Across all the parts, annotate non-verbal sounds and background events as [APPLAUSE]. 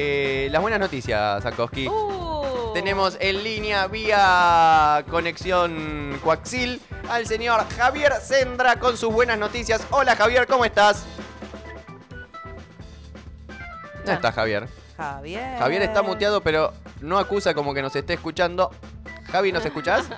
Eh, las buenas noticias, Sankoski. Uh. Tenemos en línea vía conexión Coaxil al señor Javier Sendra con sus buenas noticias. Hola Javier, ¿cómo estás? No Ah. está Javier. Javier. Javier está muteado, pero no acusa como que nos esté escuchando. Javi, [LAUGHS] ¿nos escuchás?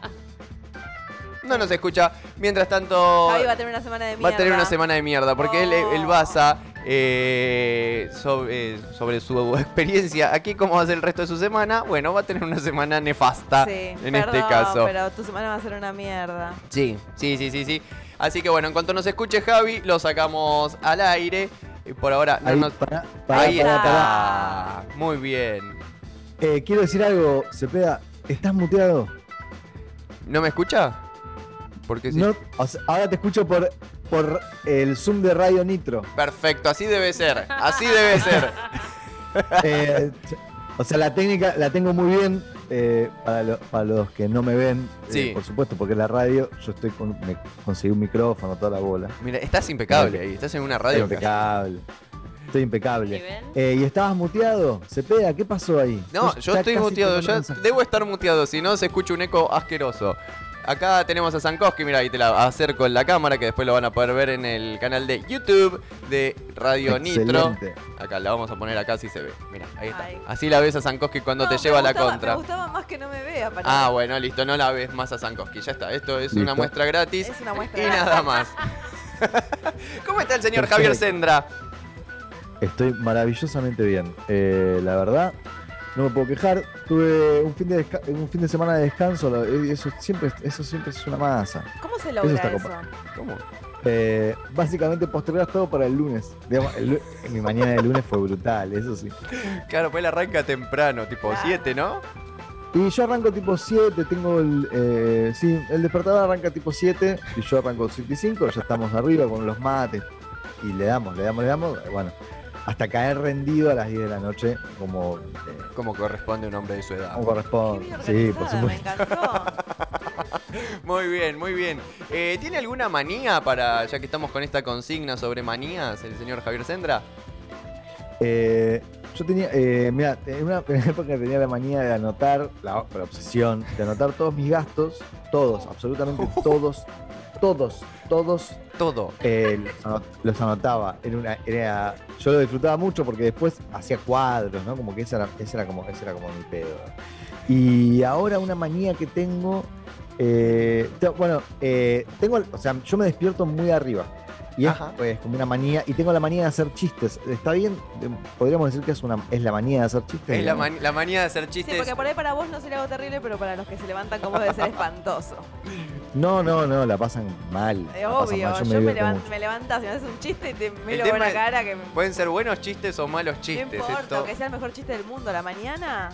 No nos escucha. Mientras tanto, Javi va a tener una semana de va mierda. a tener una semana de mierda, porque él, Oh. él basa eh, sobre, eh, sobre su [LAUGHS] experiencia aquí cómo va a ser el resto de su semana. Bueno, va a tener una semana nefasta Sí, en perdón, este caso. Pero tu semana va a ser una mierda. Sí, sí, sí, sí, sí. Así que bueno, en cuanto nos escuche Javi, lo sacamos al aire. Y por ahora no Ahí, nos... pará, pará, Ahí pará, pará. está. Muy bien. Eh, quiero decir algo, Cepeda, estás muteado. ¿No me escucha? Porque sí. No, o sea, ahora te escucho por, por el Zoom de [LAUGHS] Radio Nitro. Perfecto, así debe ser. Así debe ser. Eh, o sea, la técnica la tengo muy bien eh, para, lo- para los que no me ven, eh, Sí. por supuesto, porque la radio, yo estoy con, me conseguí un micrófono, toda la bola. Mira, estás impecable ahí. Estás en una radio. estoy acá. impecable. Estoy impecable. ¿Nivel? Eh, ¿Y estabas muteado? Cepeda, ¿qué pasó ahí? No, Está yo estoy casi muteado. tocando Yo mensaje. debo estar muteado, si no se escucha un eco asqueroso. Acá tenemos a Sankoski, mira, ahí te la acerco en la cámara, que después lo van a poder ver en el canal de YouTube de Radio Nitro. Excelente. Acá la vamos a poner acá si se ve. Mira, ahí está. Ay. Así la ves a Sankoski cuando No, te me lleva a la gustaba- contra. Me gustaba más que no me vea. Para Ah, bueno, listo, no la ves más a Sankoski. Ya está, esto es una Listo. muestra gratis. Es una muestra Y gratis. nada más. [LAUGHS] ¿Cómo está el señor Perfecto. Javier Sendra? Estoy maravillosamente bien. Eh, la verdad, no me puedo quejar. Tuve un fin de, desca- un fin de semana de descanso. la- eh, Eso siempre, eso siempre es una masa. ¿Cómo se logra está eso? ¿Cómo? Eh, básicamente postergas todo para el lunes. Digamos, el lu- [LAUGHS] mi mañana de lunes fue brutal, eso sí. Claro, pues él arranca temprano, tipo Claro. 7, ¿no? Y yo arranco tipo 7, tengo el... eh, sí, el despertador arranca tipo 7 y yo arranco 7 y 5, ya estamos arriba con los mates. Y le damos, le damos, le damos. eh, Bueno, hasta caer rendido a las 10 de la noche como... eh, Como corresponde a un hombre de su edad. como Qué corresponde. bien Sí, organizada, por supuesto. [LAUGHS] me encantó. Muy bien, muy bien. Eh, ¿Tiene alguna manía para, ya que estamos con esta consigna sobre manías, el señor Javier Sendra? Eh, yo tenía, eh, mira, en una [LAUGHS] en una época tenía la manía de anotar, la, la obsesión, de anotar todos mis gastos, todos, absolutamente todos, todos, todos, Todo. eh, los, ano- los anotaba. En una, era, yo lo disfrutaba mucho porque después hacía cuadros, ¿no? Como que ese era, ese era, como, ese era como mi pedo. Y ahora una manía que tengo, eh, te- bueno, eh, tengo, o sea, yo me despierto muy arriba. Y es Ajá. pues, como una manía, y tengo la manía de hacer chistes. Está bien, Eh, podríamos decir que es, una, es la manía de hacer chistes. Es la, digamos. mani- la manía de hacer Sí, chistes. porque por ahí para vos no será algo terrible, pero para los que se levantan como debe ser [LAUGHS] espantoso. No, no, no, la pasan mal. Es la pasan Eh, obvio, yo, mal, divierto me, mucho. levanto, me levantas, me haces un chiste y te miro tema con la es- cara que me... Pueden ser buenos chistes o malos no chistes. importa, esto- [LAUGHS] que sea el mejor chiste del mundo a la mañana.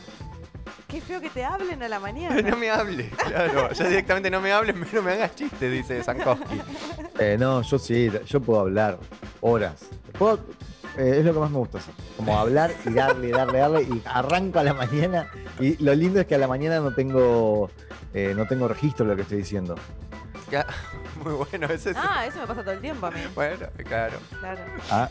Qué feo que te hablen a la [LAUGHS] mañana. No me hables, [LAUGHS] claro. Ya directamente no me hables, pero me hagas chistes, dice Sankoski. Eh, no, yo sí, yo puedo hablar horas. Puedo- eh, es lo que más me gusta hacer. [LAUGHS] Como hablar y darle, darle, darle. Y arranco a la mañana. Y lo lindo es que a la mañana no tengo, eh, no tengo registro de lo que estoy diciendo. Ya, Muy bueno, ese es. Ah, eso me pasa todo el tiempo a mí. Bueno, claro. Claro. Ah,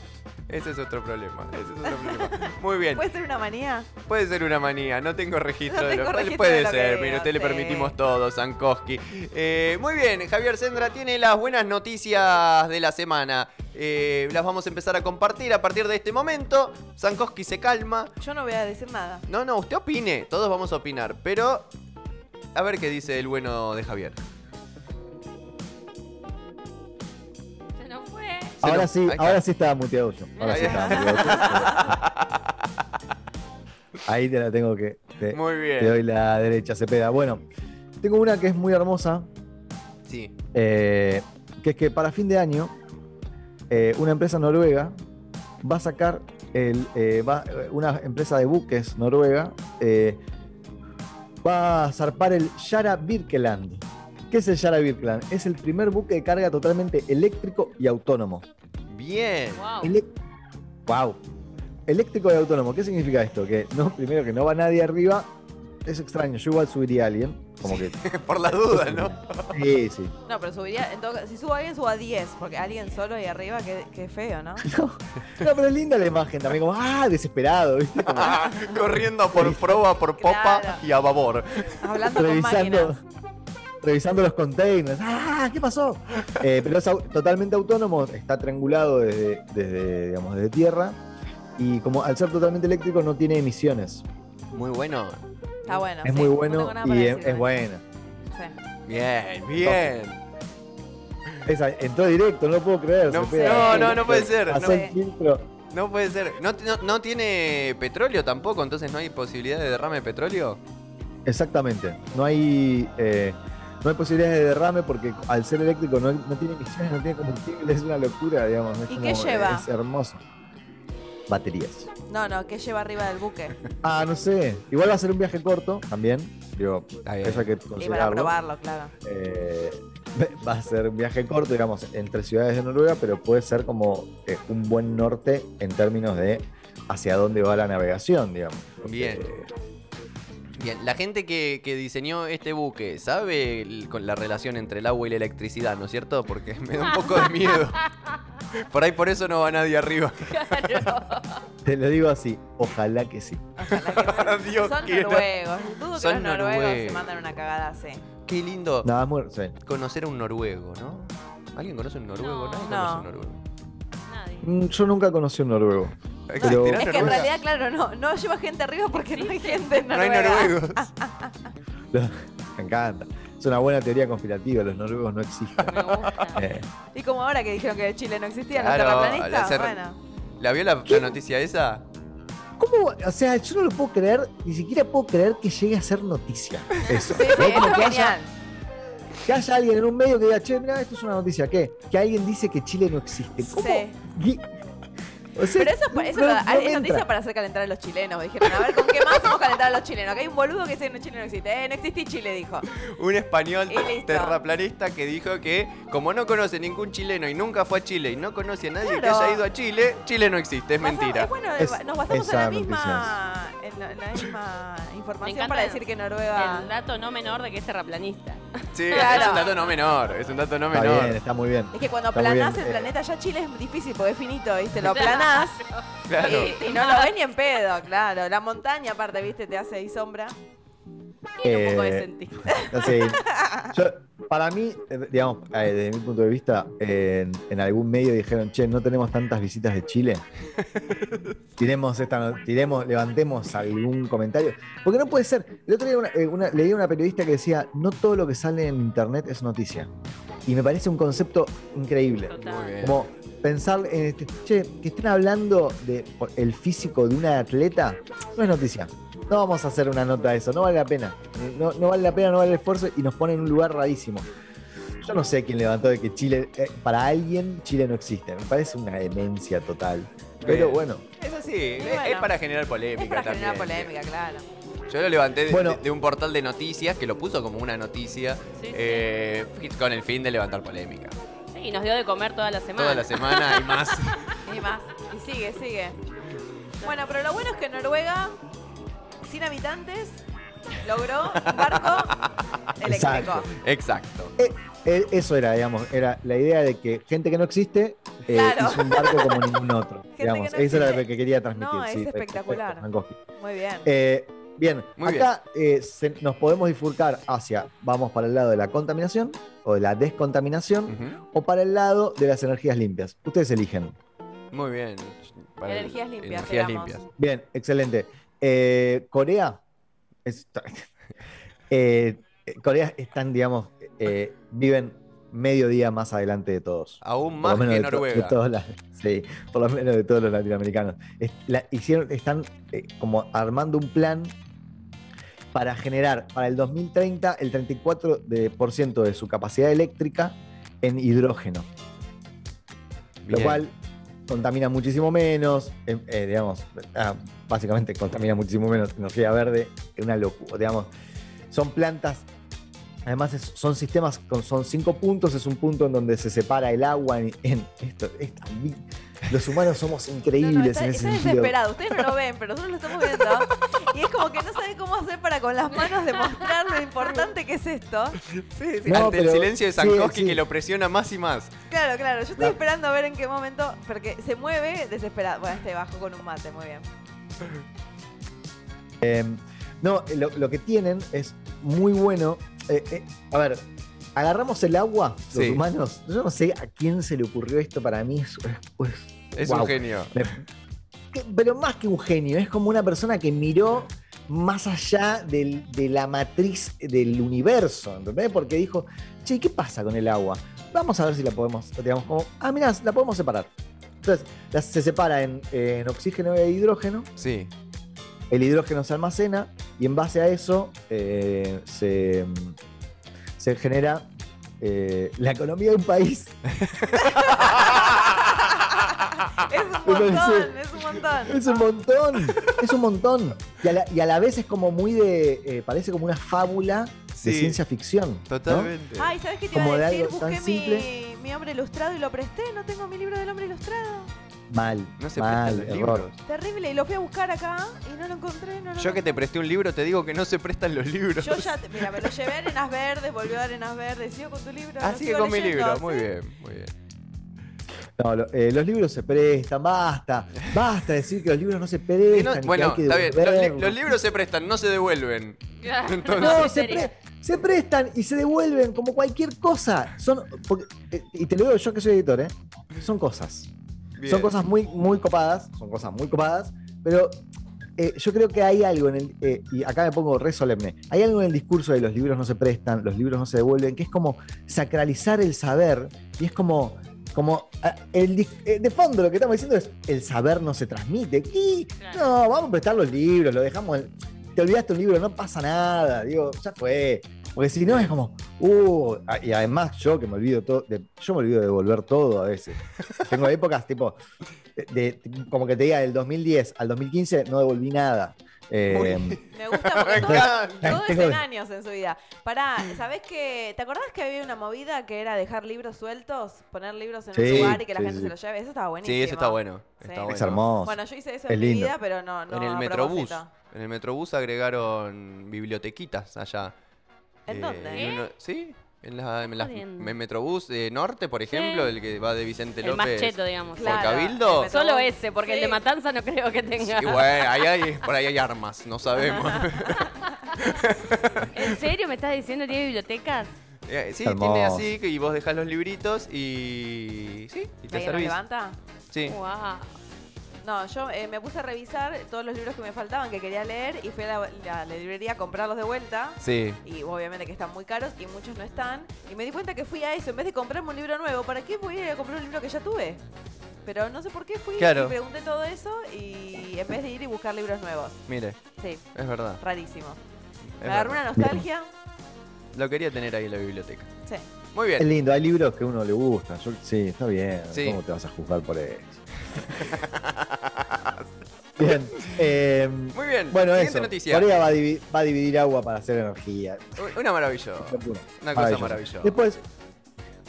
Ese es otro problema. Ese es otro problema. Muy bien. ¿Puede ser una manía? Puede ser una manía, no tengo registro No de lo tengo cual registro puede de lo que ser, digo, mire, usted le sí. permitimos todo, Sankoski. Eh, muy bien, Javier Sendra tiene las buenas noticias de la semana. Eh, las vamos a empezar a compartir a partir de este momento. Sankoski se calma. Yo no voy a decir nada. No, no, usted opine, todos vamos a opinar, pero a ver qué dice el bueno de Javier. Se nos fue. Se ahora nos- sí, ahí está. ahora sí estaba muteado yo. Ahora sí Ahí estaba está. muteado yo. Ahí te la tengo que. Te, [LAUGHS] Muy te bien. doy la derecha, Cepeda. Bueno, tengo una que es muy hermosa. Sí. Eh, que es que para fin de año eh, una empresa noruega va a sacar el, eh, va- una empresa de buques noruega eh, va a zarpar el Yara Birkeland. ¿Qué es el Yara Birkeland? Es el primer buque de carga totalmente eléctrico y autónomo. Bien. [LAUGHS] Wow. Ele- wow. Eléctrico y autónomo. ¿Qué significa esto? Que no, primero que no va nadie arriba es extraño. Yo igual subiría a alguien. Como que. Por la duda, Ah, ¿no? [LAUGHS] Sí, sí. No, pero subiría. en todo ca- si subo a alguien, subo a 10. Porque alguien solo y arriba, qué, qué feo, [LAUGHS] ¿no? No, pero es linda la imagen también, como, ah, desesperado, [LAUGHS] ¿viste? Como Corriendo por proa, por popa Claro. y a babor. Hablando con revisando, máquinas. revisando los containers. ¡Ah! ¿Qué pasó? Eh, pero es au- totalmente autónomo, está triangulado desde, desde, digamos, desde tierra. Y como al ser totalmente eléctrico no tiene emisiones. Muy bueno. Está bueno. es sí, muy no bueno tengo nada para y es, decir, es ¿no? bueno. Sí. Bien, bien. Esa, entró directo, no lo puedo creer. No, se pega. no, no, no puede ser, Pasó no. el filtro. No puede ser. No, no- no tiene petróleo tampoco, entonces no hay posibilidad de derrame de petróleo. Exactamente. No hay, eh, no hay posibilidades de derrame porque al ser eléctrico no, no tiene emisiones, no tiene combustible, es una locura, digamos. es ¿Y como- qué lleva? Es hermoso. Baterías. No, no, ¿qué lleva arriba del [LAUGHS] buque? Ah, no sé. Igual va a ser un viaje corto también. Digo, Está bien. eso hay que Y para considerarlo. probarlo, claro. Eh, [LAUGHS] va a ser un viaje corto, digamos, entre ciudades de Noruega, pero puede ser como eh, un buen norte en términos de hacia dónde va la navegación, digamos. Bien. Eh, Bien, la gente que, que diseñó este buque sabe el- con la relación entre el agua y la electricidad, ¿no es cierto? Porque me da un poco de miedo. [LAUGHS] Por ahí por eso no va nadie arriba. te lo digo así, ojalá que sí. [LAUGHS] Dios Son quiera. noruegos. Dudo que Son los noruegos, noruegos. se mandan una cagada así. Qué lindo Nada, es muy- sí. conocer a un noruego, ¿no? ¿Alguien conoce a un noruego? Nadie No. No. conoce a un noruego. [LAUGHS] Nadie. Mm, Yo nunca conocí un noruego. ¿Existirá este Pero- Es que en Noruega? realidad, claro, no, no lleva gente arriba porque no Ah. hay gente en No hay Noruega. noruegos. Me encanta. Es una buena teoría conspirativa, los noruegos no existen. Me gusta. [LAUGHS] Eh, Y como ahora que dijeron que Chile no existía, Claro, los al terraplanistas, hacer- bueno. ¿La vio la, la ¿Quién? noticia esa? ¿Cómo? O sea, yo no lo puedo creer, ni siquiera puedo creer que llegue a ser noticia. Eso. Sí, sí, ¿no? Como es que, haya, genial. que haya alguien en un medio que diga, che, mira, esto es una noticia, ¿qué? Que alguien dice que Chile no existe. ¿Cómo? Sí. Gui- O sea, Pero eso, pues, eso, no- lo- no me es noticia entra. para hacer calentar a los chilenos. Dijeron, a ver, ¿con qué más vamos a calentar a los chilenos? Que hay un boludo que dice que no, Chile no existe. Eh, no existí Chile, dijo. Un español Y listo. terraplanista que dijo que como no conoce ningún chileno y nunca fue a Chile y no conoce a nadie Claro. que haya ido a Chile, Chile no existe, es Basamos- mentira. es bueno, Es- nos basamos en la, esa misma, en, la, en la misma información encanta para el- decir que Noruega... El dato no menor de que es terraplanista. Sí, Claro. es un dato no menor, es un dato no Está menor. bien, está muy bien. Es que cuando Está muy bien, aplanás el eh. planeta, ya Chile es difícil porque es finito, ¿viste? Lo [LAUGHS] aplanás Claro. y, y no lo ves ni en pedo, claro. La montaña, aparte, ¿viste? Te hace ahí sombra. Tiene un poco de Eh, sentido. [LAUGHS] [LAUGHS] Sí. Yo- para mí, eh, digamos, eh, desde mi punto de vista, eh, en, en algún medio dijeron, che, no tenemos tantas visitas de Chile. Tiremos esta, no- tiremos, levantemos algún comentario. Porque no puede ser. El otro día una- eh, una- leí a una periodista que decía, no todo lo que sale en internet es noticia. Y me parece un concepto increíble. Muy bien. Como pensar en este, che, que estén hablando de por- el físico de una atleta, no es noticia. No vamos a hacer una nota de eso, no vale la pena. Eh, No, no vale la pena, no vale el esfuerzo y nos pone en un lugar rarísimo. Yo no sé quién levantó de que Chile, eh, para alguien, Chile no existe. Me parece una demencia total. Pero Bien. bueno, Es así, es, bueno. es para generar polémica Es para también. generar polémica, claro. Yo lo levanté de, Bueno. de- de un portal de noticias que lo puso como una noticia Sí, sí. eh, con el fin de levantar polémica. Sí, y nos dio de comer toda la semana. [LAUGHS] Toda la semana y [LAUGHS] más. Y más. Y sigue, sigue. Bueno, pero lo bueno es que Noruega, sin habitantes, logró un barco eléctrico. [LAUGHS] Exacto. Exacto. e- eso era, digamos, era la idea de que gente que no existe eh, Claro. hizo un barco como [LAUGHS] ningún otro. que digamos, no eso era lo existe. que quería transmitir. No, es sí, espectacular. perfecto, Frankowski. Muy bien. Eh, bien, Muy acá eh, se- nos podemos bifurcar hacia, vamos para el lado de la contaminación o de la descontaminación Ujú. o para el lado de las energías limpias. Ustedes eligen. Muy bien. Para- Energías limpias, Energías digamos. limpias. Bien, excelente. Eh, Corea, es- [LAUGHS] eh, Corea están, digamos, eh, viven medio día más adelante de todos. Aún Por más lo menos que de to- de Noruega. todos las- [LAUGHS] sí, por lo menos de todos los latinoamericanos. Es- la- hicieron, están eh, como armando un plan para generar para el 2030 el 34% de, por ciento de su capacidad eléctrica en hidrógeno, Bien. lo cual contamina muchísimo menos, eh, eh, digamos, ah, básicamente contamina muchísimo menos energía verde, es una locura, digamos. Son plantas Además, es- son sistemas, con, son cinco puntos, es un punto en donde se separa el agua en, en- esto. es tan- los humanos somos No, increíbles no, está, en está ese sentido. desesperado. Ustedes no lo ven, pero nosotros lo estamos viendo. Y es como que no sabe cómo hacer para con las manos demostrar lo importante que es esto. Sí, sí, No, ante el pero- silencio de sí, Sankoski sí. que lo presiona más y más. Claro, claro. Yo estoy No. esperando a ver en qué momento. Porque se mueve desesperado. Bueno, este bajo con un mate, muy bien. No, eh, lo, lo que tienen es muy bueno. Eh, eh, a ver, agarramos el agua, los Sí. humanos. Yo no sé a quién se le ocurrió esto, para mí es- es- es- Es Guau. un genio. que- pero más que un genio, es como una persona que miró más allá del- de la matriz del universo, ¿entendés? Porque dijo, che, ¿qué pasa con el agua? Vamos a ver si la podemos, digamos, como, ah, mirá, la podemos separar. Entonces, la- se separa en, en oxígeno e hidrógeno, Sí. el hidrógeno se almacena y en base a eso eh, se, se genera eh, la economía de un país. Es un Ah. Uno dice- montón, es un montón. Es un montón, es un montón. Y a la, y a la vez es como muy de, eh, parece como una fábula de Sí. ciencia ficción. ¿no? Totalmente. Ay, ¿sabes qué te iba Como a de decir? algo tan Busqué mi, simple. mi hombre ilustrado y lo presté. No tengo mi libro del hombre ilustrado. Mal, No se prestan mal, los error. libros. Terrible. Y lo fui a buscar acá y no lo encontré. No lo Yo que te presté un libro te digo que no se prestan los libros. Yo [LAUGHS] ya, te- mira, me lo llevé a Arenas Verdes, volvió a Arenas Verdes, sigo con tu libro. lo Así que sigo Ah, con mi leyendo, libro. ¿sí? Muy bien, muy bien. No, lo- eh, los libros se prestan, basta, basta decir que los libros no se prestan. Y no- y que hay bueno, que está bien. Los, li- devolverlos. los libros se prestan, no se devuelven. Entonces- No, se, pre- se prestan y se devuelven como cualquier cosa. Son, porque- eh, y te lo digo yo que soy editor, ¿eh? Son cosas. Bien. Son cosas muy, muy copadas, son cosas muy copadas, pero eh, yo creo que hay algo en el, eh, y acá me pongo re solemne, hay algo en el discurso de los libros no se prestan, los libros no se devuelven, que es como sacralizar el saber, y es como, como ah, el, dis- eh, de fondo lo que estamos diciendo es, el saber no se transmite, y Claro. no, vamos a prestar los libros, lo dejamos, en- te olvidaste un libro, no pasa nada, digo, ya fue. Porque si no es como, uh, y además yo que me olvido todo, de- yo me olvido de devolver todo a veces. Tengo épocas tipo, de- de- como que te diga, del 2010 al 2015 no devolví nada. Eh, Me gusta porque Me todo, encanta. todo es Tengo- en años en su vida. Pará, ¿sabés qué? ¿Te acordás que había una movida que era dejar libros sueltos? Poner libros en un Sí, lugar y que la sí, gente sí. se los lleve. Eso estaba buenísimo. Sí, eso está bueno. Está Sí. bueno. es hermoso. Bueno, yo hice eso Es en mi lindo. vida, pero no, no en el a Metrobús. propósito. En el Metrobús agregaron bibliotequitas allá. Eh, ¿En dónde? en uno- sí, en, la- en las- jodiendo. en Metrobús eh, Norte, por ejemplo, el que va de Vicente El López. más cheto, digamos. Claro. Cabildo? el Solo Metrobús. ese, porque el de Sí. Matanza no creo [LAUGHS] que tenga. Sí, bueno, ahí hay- por ahí hay armas, no sabemos. [LAUGHS] ¿En serio me estás diciendo que tiene bibliotecas? [LAUGHS] Eh, sí, Hermoso. tiene así, que- y vos dejás los libritos y. Sí, y te ¿Medio nos servís. levanta? Sí. Guau. No, yo eh, me puse a revisar todos los libros que me faltaban, que quería leer, y fui a la, la- la librería a comprarlos de vuelta. Sí. Y obviamente que están muy caros y muchos no están. Y me di cuenta que fui a eso, en vez de comprarme un libro nuevo, ¿para qué voy a ir a comprar un libro que ya tuve? Pero no sé por qué fui Claro. y pregunté todo eso y en vez de ir y buscar libros nuevos. Mire, Sí, es verdad. rarísimo. es Me agarró una verdad. nostalgia. Lo quería tener ahí en la biblioteca. Sí. Muy es bien. lindo, hay libros que a uno le gustan. Yo- sí, está bien. Sí. ¿Cómo te vas a juzgar por [LAUGHS] eso? bien. eh, Muy bien. bueno, Siguiente eso. noticia. Corea va a, divi- va a dividir agua para hacer energía. U- Una maravillosa. Una cosa maravillosa. Después,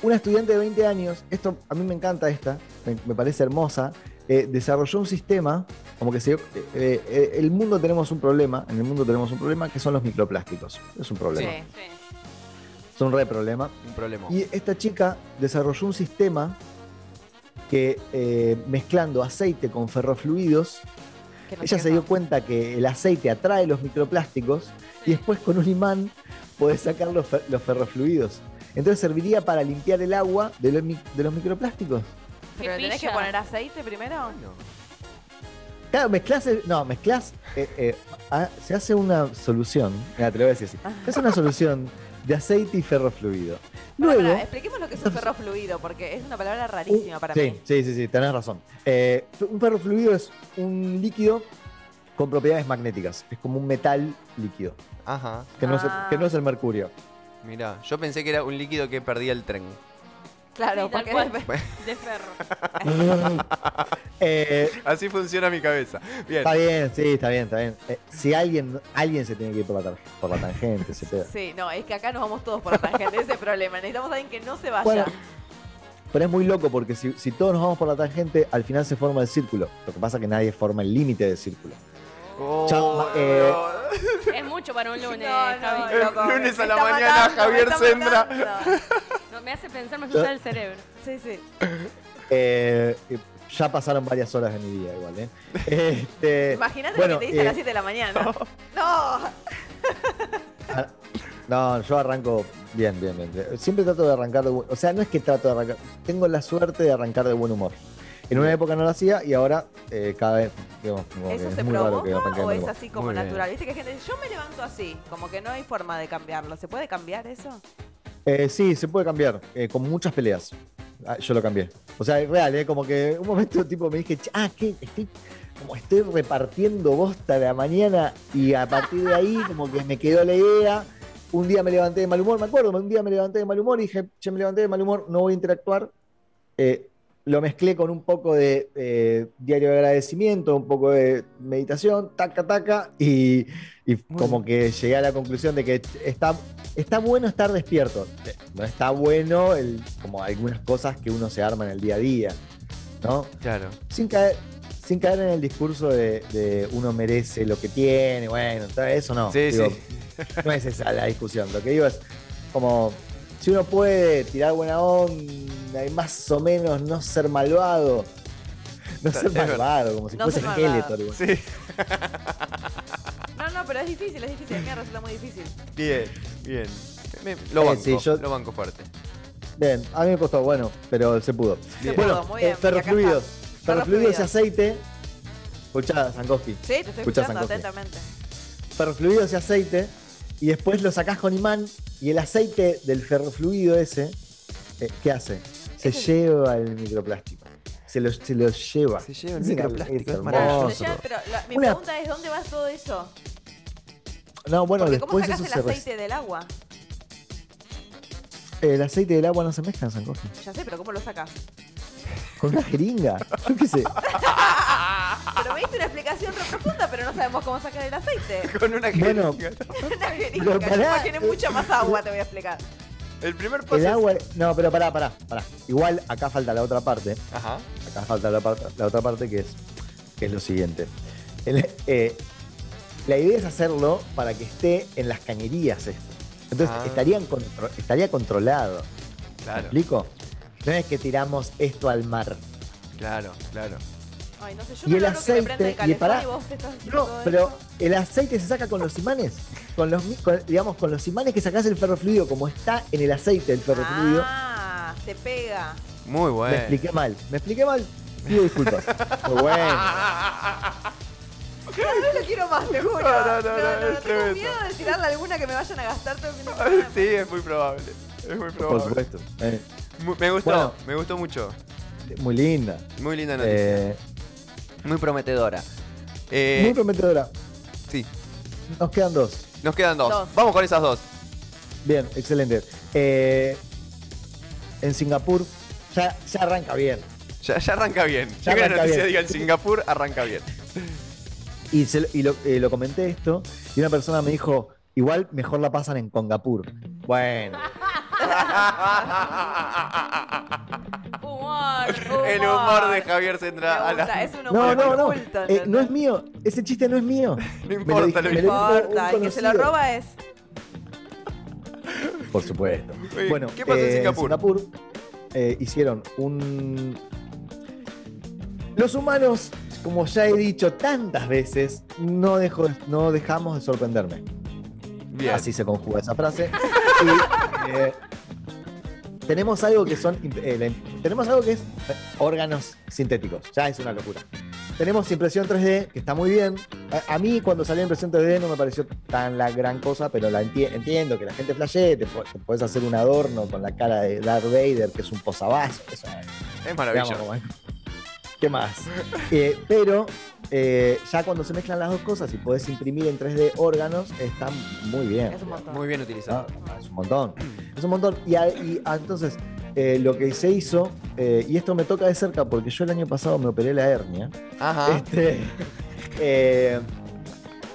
una estudiante de 20 años, esto a mí me encanta esta, me, me parece hermosa, eh, desarrolló un sistema, como que se dio- eh, eh, el mundo tenemos un problema, en el mundo tenemos un problema que son los microplásticos. Es un problema, Sí. Sí. es un re problema. Un problema. Y esta chica desarrolló un sistema que eh, mezclando aceite con ferrofluidos, que no ella sé se qué dio son. cuenta que el aceite atrae los microplásticos y después con un imán podés sacar los, fer- los ferrofluidos. Entonces serviría para limpiar el agua de los, mi- de los microplásticos. Pero Qué le tenés que pilla. poner aceite primero. Bueno. Claro, mezclas. No, mezclas. ah, se hace una solución. Mira, te lo voy a decir Ah. así. Se hace una solución de aceite y ferrofluido. Pará, Luego. pará, expliquemos lo que es un ferro fluido, porque es una palabra un- rarísima para Uh, sí, mí. sí, sí, sí, tenés razón. Eh, un ferrofluido es un líquido con propiedades magnéticas. Es como un metal líquido, Ajá. que no es el- Ah. que no es el mercurio. Mirá, yo pensé que era un líquido que perdía el tren. [LAUGHS] Claro, Sí, tal porque cual. De ferro. Ah. [LAUGHS] Eh, Así funciona mi cabeza. Bien. está bien, sí, está bien, está bien. Eh, si alguien, alguien se tiene que ir por la, tar- por la tangente, se pega. Sí, no, es que acá nos vamos todos por la tangente, ese es el problema. Necesitamos a alguien que no se vaya. Bueno, pero es muy loco porque si, si todos nos vamos por la tangente, al final se forma el círculo. Lo que pasa es que nadie forma el límite del círculo. Oh, Chao, eh, [LAUGHS] Es mucho para un lunes, No, no, Javi. loco, Lunes me a la está mañana, matando, me Javier está Sendra. matando. No, me hace pensar, me asusta el cerebro. Sí, sí. eh, ya pasaron varias horas de mi día igual, ¿eh? [LAUGHS] Este, Imagínate bueno, lo que te dice a eh, las 7 de la mañana. No. Ah, No, yo arranco bien, bien, bien. Siempre trato de arrancar de buen O sea, no es que trato de arrancar. Tengo la suerte de arrancar de buen humor. En una época no lo hacía y ahora eh, cada vez. digamos, como que ¿Eso es se muy raro que arranque provoca de o buen es humor. así como Muy bien. natural? Viste que hay gente dice, yo me levanto así, como que no hay forma de cambiarlo. ¿Se puede cambiar eso? Eh, sí, se puede cambiar. eh, con muchas peleas. Ah, yo lo cambié. O sea, es real, ¿eh? Como que un momento [LAUGHS] tipo me dije, "Che, ah, ¿qué? Estoy, como estoy repartiendo bosta de la mañana y a partir de ahí como que me quedó la idea. Un día me levanté de mal humor, me acuerdo, un día me levanté de mal humor y dije, che, me levanté de mal humor, no voy a interactuar. Eh, lo mezclé con un poco de eh, diario de agradecimiento, un poco de meditación, taca, taca, y, y como que llegué a la conclusión de que está, está bueno estar despierto. No está bueno el- como algunas cosas que uno se arma en el día a día, ¿no? Claro. Sin caer, sin caer en el discurso de, de uno merece lo que tiene, bueno, todo eso no. Sí, Digo, sí. no es esa la discusión. Lo que digo es como si uno puede tirar buena onda y más o menos no ser malvado. No Es ser verdad. malvado, como si No fuese ser malvado. Skeletor. igual. Sí. No, no, pero es difícil, es difícil. A mí me resulta muy difícil. Bien, bien. Me- lo Eh, banco, sí, yo- lo banco fuerte. Bien, a mí me costó, bueno, pero se pudo. Bien. Bueno, pudo, muy bien, eh, ferrofluidos. y acá está. Ferrofluidos y Ferrofluidos. aceite. Escuchá, Zankowski. Sí, te estoy Escuchá, escuchando Sancocho. atentamente. ferrofluidos y aceite, y después lo sacás con imán, y el aceite del ferrofluido ese, eh, ¿qué hace? Se Ese- lleva el microplástico. Se lo, se lo lleva. Se lleva el Mira, microplástico, es Pero, maravilloso. ya, pero la- mi Una- pregunta es, ¿dónde va todo eso? No, bueno, Porque ¿cómo después sacas eso el se res- aceite del agua? eh, El aceite del agua no se mezcla en sancocho. Ya sé, pero ¿cómo lo sacas? Con una jeringa. [LAUGHS] Yo qué sé. [LAUGHS] Pero me diste una explicación re profunda, pero no sabemos cómo sacar el [LAUGHS] aceite. Con una jeringa. Bueno. Una Pero jeringa, pará. eh, que tiene mucha más agua, te voy a explicar. El primer paso. El es- agua. No, pero pará, pará, pará. Igual acá falta la otra parte. Ajá. Acá falta la, parte- la otra parte que es, que es lo siguiente. El- eh, la idea es hacerlo para que esté en las cañerías esto. Entonces Ah. estarían contro- estaría controlado. ¿Me Claro, explico? No es que tiramos esto al mar. claro, claro. Ay, no sé, yo Y no el logro que me prenda el aceite, y calefón pará. y vos te estás diciendo No, todo pero eso. el aceite se saca con los imanes. Con los, mi- con- digamos, con los imanes que sacás el ferrofluido, como está en el aceite del ferrofluido. Ah, se pega. Muy Me bueno. expliqué mal. Me expliqué mal. [LAUGHS] Pido disculpas. Muy bueno. No lo quiero más, te juro. No, No, no, no, no, no, es tengo tremendo. miedo de tirarle alguna que me vayan a gastar todo el fin de semana. [LAUGHS] sí, es muy probable. Es muy Por probable. supuesto. Eh, Mu- Me gustó, Bueno. me gustó mucho. muy linda. Muy linda noticia. Eh, Muy prometedora. Eh, muy prometedora. sí, Nos quedan dos. nos quedan dos. Dos. Vamos con esas dos. Bien, excelente. Eh, en Singapur ya, ya arranca bien. Ya, ya arranca bien. Ya Primera arranca noticia, bien. diga en Singapur, arranca bien. [LAUGHS] Y, se- y lo, eh, lo comenté esto y una persona me dijo, igual mejor la pasan en Congapur. Bueno, Ah, [LAUGHS] Humor. El humor de Javier Sendra. a Me la- gusta, es un no, humor no, no. oculto, eh, no ¿entendés? es mío. Ese chiste no es mío. No importa, me lo lo [LAUGHS] No dijo. importa, un el que se lo conocido. roba es. Por supuesto. Oye, Bueno, ¿qué pasó en eh, Singapur? eh, hicieron un... Los humanos, como ya he dicho tantas veces, no, dejo, no dejamos de sorprenderme. Bien. Así se conjuga esa frase. Y, eh, tenemos algo que son eh, la- tenemos algo que es eh, órganos sintéticos. Ya es una locura. Tenemos impresión 3D, que está muy bien. A, a mí cuando salió impresión 3D no me pareció tan la gran cosa, pero la enti- entiendo que la gente flashee, te, po- te puedes hacer un adorno con la cara de Darth Vader, que es un posavasos. Eso es Es Digamos, maravilloso. como- ¿Qué más? Eh, pero eh, ya cuando se mezclan las dos cosas y podés imprimir en 3D órganos, está muy bien. Es un montón. Muy bien Ah, utilizado. Es un montón. Es un montón. Y, a- y a- entonces, eh, lo que se hizo, eh, y esto me toca de cerca porque yo el año pasado me operé la hernia. Ajá. Este, [LAUGHS] eh,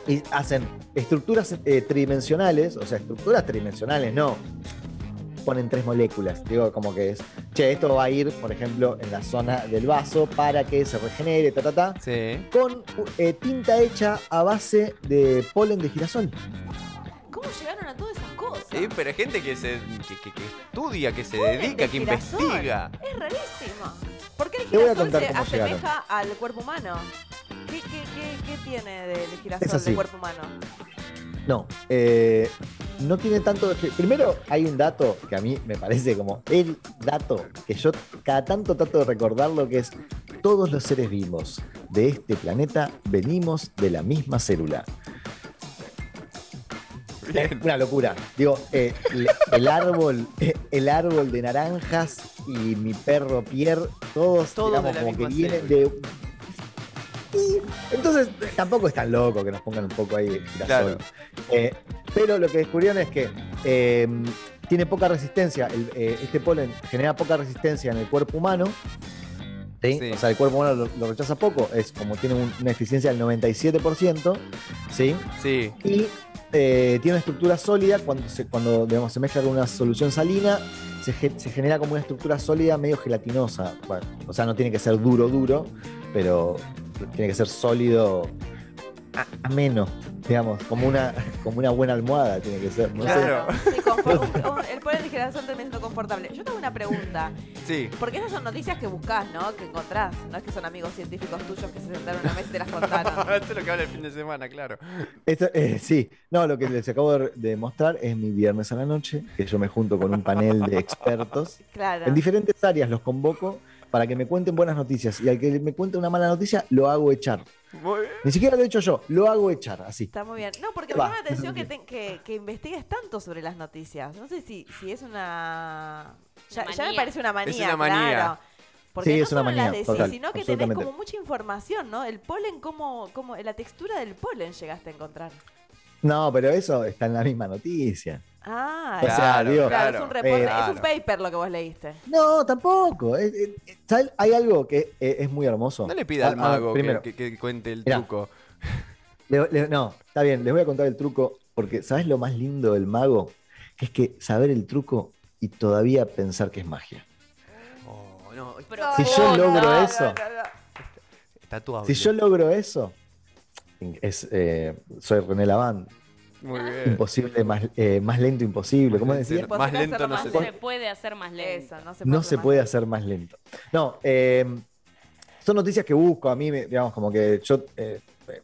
y hacen estructuras eh, tridimensionales, o sea, estructuras tridimensionales, no. ponen tres moléculas. Digo, como que es, che, esto va a ir, por ejemplo, en la zona del vaso para que se regenere, ta, ta, ta. Sí. Con eh, tinta hecha a base de polen de girasol. ¿Cómo llegaron a todas esas cosas? Sí, pero hay gente que, se, que, que- que estudia, que se Polen de dedica, que girasol. investiga. Es rarísima. ¿Por qué el Te voy a girasol contar se cómo asemeja llegaron. al cuerpo humano? ¿Qué, qué, qué, qué tiene del Es girasol así. del cuerpo humano? No, eh, no tiene tanto. que- Primero, hay un dato que a mí me parece como el dato que yo cada tanto trato de recordar lo que es: todos los seres vivos de este planeta venimos de la misma célula. Es Bien. una locura. Digo, eh, el, el árbol, eh, el árbol de naranjas y mi perro Pierre, todos, Todos de digamos, la como que misma vienen de. Y entonces eh, tampoco es tan loco que nos pongan un poco ahí de girasol. Claro. Eh, pero lo que descubrieron es que eh, tiene poca resistencia, el, eh, este polen genera poca resistencia en el cuerpo humano. ¿sí? Sí. O sea, el cuerpo humano lo, lo rechaza poco, es como tiene un- una eficiencia del 97%, ¿sí? Sí. y eh, tiene una estructura sólida cuando se, cuando, digamos, se mezcla con una solución salina se, ge- se genera como una estructura sólida medio gelatinosa Bueno, o sea no tiene que ser duro duro pero tiene que ser sólido a- ameno digamos como una como una buena almohada tiene que ser no sé. Claro. Sí, confort- un- un- el polen de girasol termina siendo confortable. Yo tengo una pregunta. Sí. [LAUGHS] Porque esas son noticias que buscás, ¿no? Que encontrás. No es que son amigos científicos tuyos que se sentaron una mesa y te las [LAUGHS] contaron. Esto es lo que habla el fin de semana, claro. Esto- eh, sí, no, lo que les acabo de de mostrar es mi viernes a la noche, que yo me junto con un panel de expertos Claro. En diferentes áreas los convoco para que me cuenten buenas noticias. Y al que me cuente una mala noticia, lo hago echar. Muy bien. Ni siquiera lo he hecho yo, lo hago echar, así. Está muy bien. No, porque me Va. llama la atención [LAUGHS] que, te- que, que investigues tanto sobre las noticias. No sé si, si es una... Ya, Una ya me manía. parece una manía, una manía. claro. Porque Sí, no es una solo manía, las decís, total, sino que tenés absolutamente. como mucha información, ¿no? El polen, como, como la textura del polen llegaste a encontrar. No, pero eso está en la misma noticia. Ah, O sea, digo- claro, es un reporte, es un claro. paper lo que vos leíste. No, tampoco. Es- es- es- ¿sabes? Hay algo que eh, es muy hermoso. No le pida al Ah, ah, mago que- primero, que, que cuente el Mirá. truco. le- le- no, está bien, les voy a contar el truco, porque ¿sabes lo más lindo del mago? Que es que saber el truco y todavía pensar que es magia. Oh, no. Si yo logro eso, Está tu si yo logro eso, es, eh, soy René Lavand, Muy bien. imposible, más, eh, más lento imposible, ¿cómo decía? Más Podrás lento hacerlo no más se se, lento. puede. puede hacer más lento. Eso, no se puede. no se más. puede hacer más lento. No, eh, son noticias que busco. A mí, me- digamos, como que yo eh,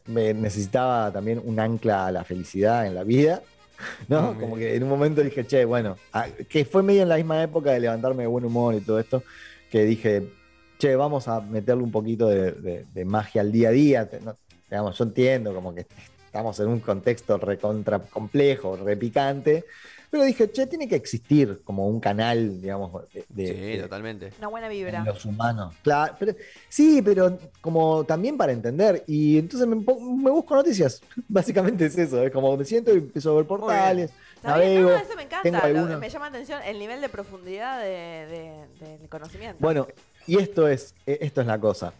me necesitaba también un ancla a la felicidad en la vida. [LAUGHS] ¿No? Muy Como bien. que en un momento dije, che, bueno, a- que fue medio en la misma época de levantarme de buen humor y todo esto, que dije, che, vamos a meterle un poquito de, de- de magia al día a día. Te- no- digamos, yo entiendo como que estamos en un contexto recontra complejo, repicante, pero dije, che, tiene que existir como un canal, digamos, de, de- Sí, de- totalmente. Una buena en vibra. los humanos. Claro, pero- sí, pero como también para entender. Y entonces me, po- me busco noticias. [LAUGHS] Básicamente es eso. Es como me siento y empiezo a ver portales. Está bien, no, navego, eso me tengo encanta. lo- alguna. me llama la atención el nivel de profundidad de- de- del conocimiento. Bueno, y esto es, eh, esto es la cosa.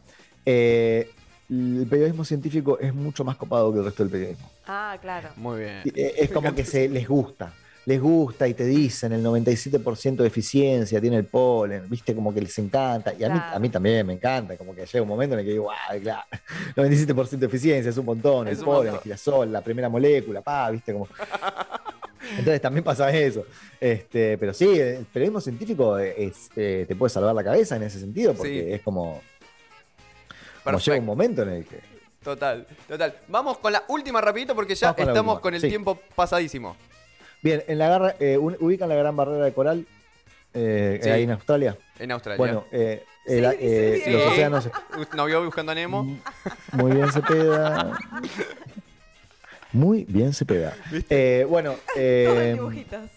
Eh, el periodismo científico es mucho más copado que el resto del periodismo. Ah, claro. Muy bien. Y, eh, Es como que se les gusta. Les gusta y te dicen el 97% de eficiencia tiene el polen, viste, como que les encanta. Y a mí, Claro. a mí también me encanta, como que llega un momento en el que digo, wow, claro, 97% de eficiencia es un montón, Es el un polen, montón. el girasol, la primera molécula, pa, viste, como. Entonces también pasa eso. Este, pero sí, el periodismo científico es, eh, te puede salvar la cabeza en ese sentido, porque Sí. es como, como llega un Perfecto. momento en el que. Total, total. Vamos con la última rapidito porque ya Vamos con la estamos última, con el sí. tiempo pasadísimo. Bien, en la garra, eh, un- ubican la gran barrera de coral eh, Sí. ahí en Australia. En Australia. Bueno, eh, el- Sí, dice eh, bien. [LAUGHS] los océanos. ¿No vio buscando a Nemo? Mm. Muy bien, Cepeda. Muy bien, Cepeda. Eh, [LAUGHS] bueno, Todos los eh, [LAUGHS] dibujitos.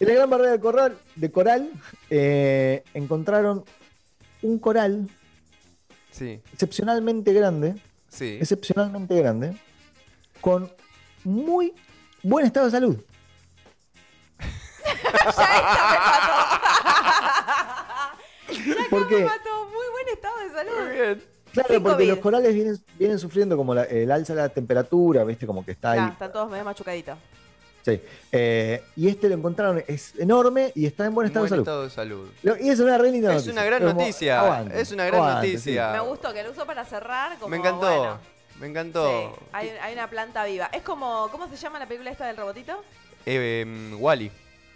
en la gran barrera de coral, de coral eh, encontraron un coral Sí, excepcionalmente grande, sí. excepcionalmente grande, con muy buen estado de salud. ¿Por Me qué? mató. Muy buen estado de Muy salud. bien. Claro, Sin porque los COVID. corales vienen, vienen sufriendo como la- el alza de la temperatura, viste, como que está ahí Ya, están todos medio machucaditos. Sí. Eh, y este lo encontraron, es enorme y está en buen Buen estado de salud. estado de salud. Lo- Y es una re linda Es noticia. una gran Como, noticia. aguante, es una gran aguante, noticia. Me gustó que lo uso para cerrar. Como, Ah. Me encantó. Oh. bueno, Me encantó. sí, hay, hay una planta viva. Es como, ¿cómo se llama la película esta del robotito? Eh, em, Wally.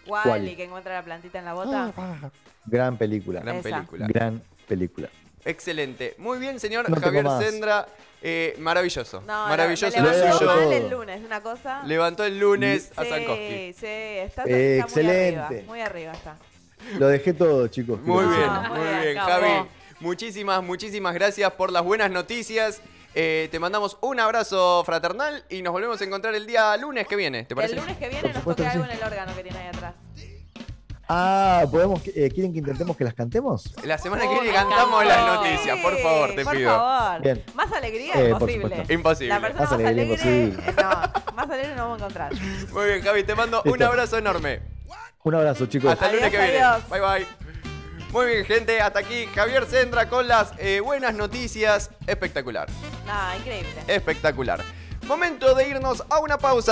Wally, Wally. que encuentra la plantita en la Ah. bota. sí. Gran película. Gran Esa. película. Gran película. Excelente. Muy bien, señor No tengo Javier más. Sendra. Eh, maravilloso. No, maravilloso. no, me Leo levantó Levantó, mal todo. el lunes, una cosa. levantó el lunes a Sankowski. sí, sí, está, está Eh, excelente. muy excelente. arriba. Muy arriba está. Lo dejé todo, chicos. Muy Quiero bien, decirlo. muy bueno, bien, acabó. Javi. Muchísimas, muchísimas gracias por las buenas noticias. Eh, te mandamos un abrazo fraternal y nos volvemos a encontrar el día lunes que viene, ¿te parece? El lunes que viene nos supuesto toca que algo en sí. el órgano que tiene ahí atrás. Ah, ¿podemos, eh, ¿quieren que intentemos que las cantemos? La semana Oh, que viene me cantamos las encantó. noticias, por favor, te por pido. favor. Bien. Más alegría Eh, por imposible. supuesto. Imposible. La persona Más más alegría alegre, [LAUGHS] imposible. no, más alegre no vamos a encontrar. Muy bien, Javi, te mando un Listo. abrazo enorme. Un abrazo, chicos. Hasta el lunes que Adiós, viene. adiós. Bye bye. Muy bien, gente, hasta aquí Javier Sendra con las eh, buenas noticias. Espectacular, No, increíble. espectacular. Momento de irnos a una pausa.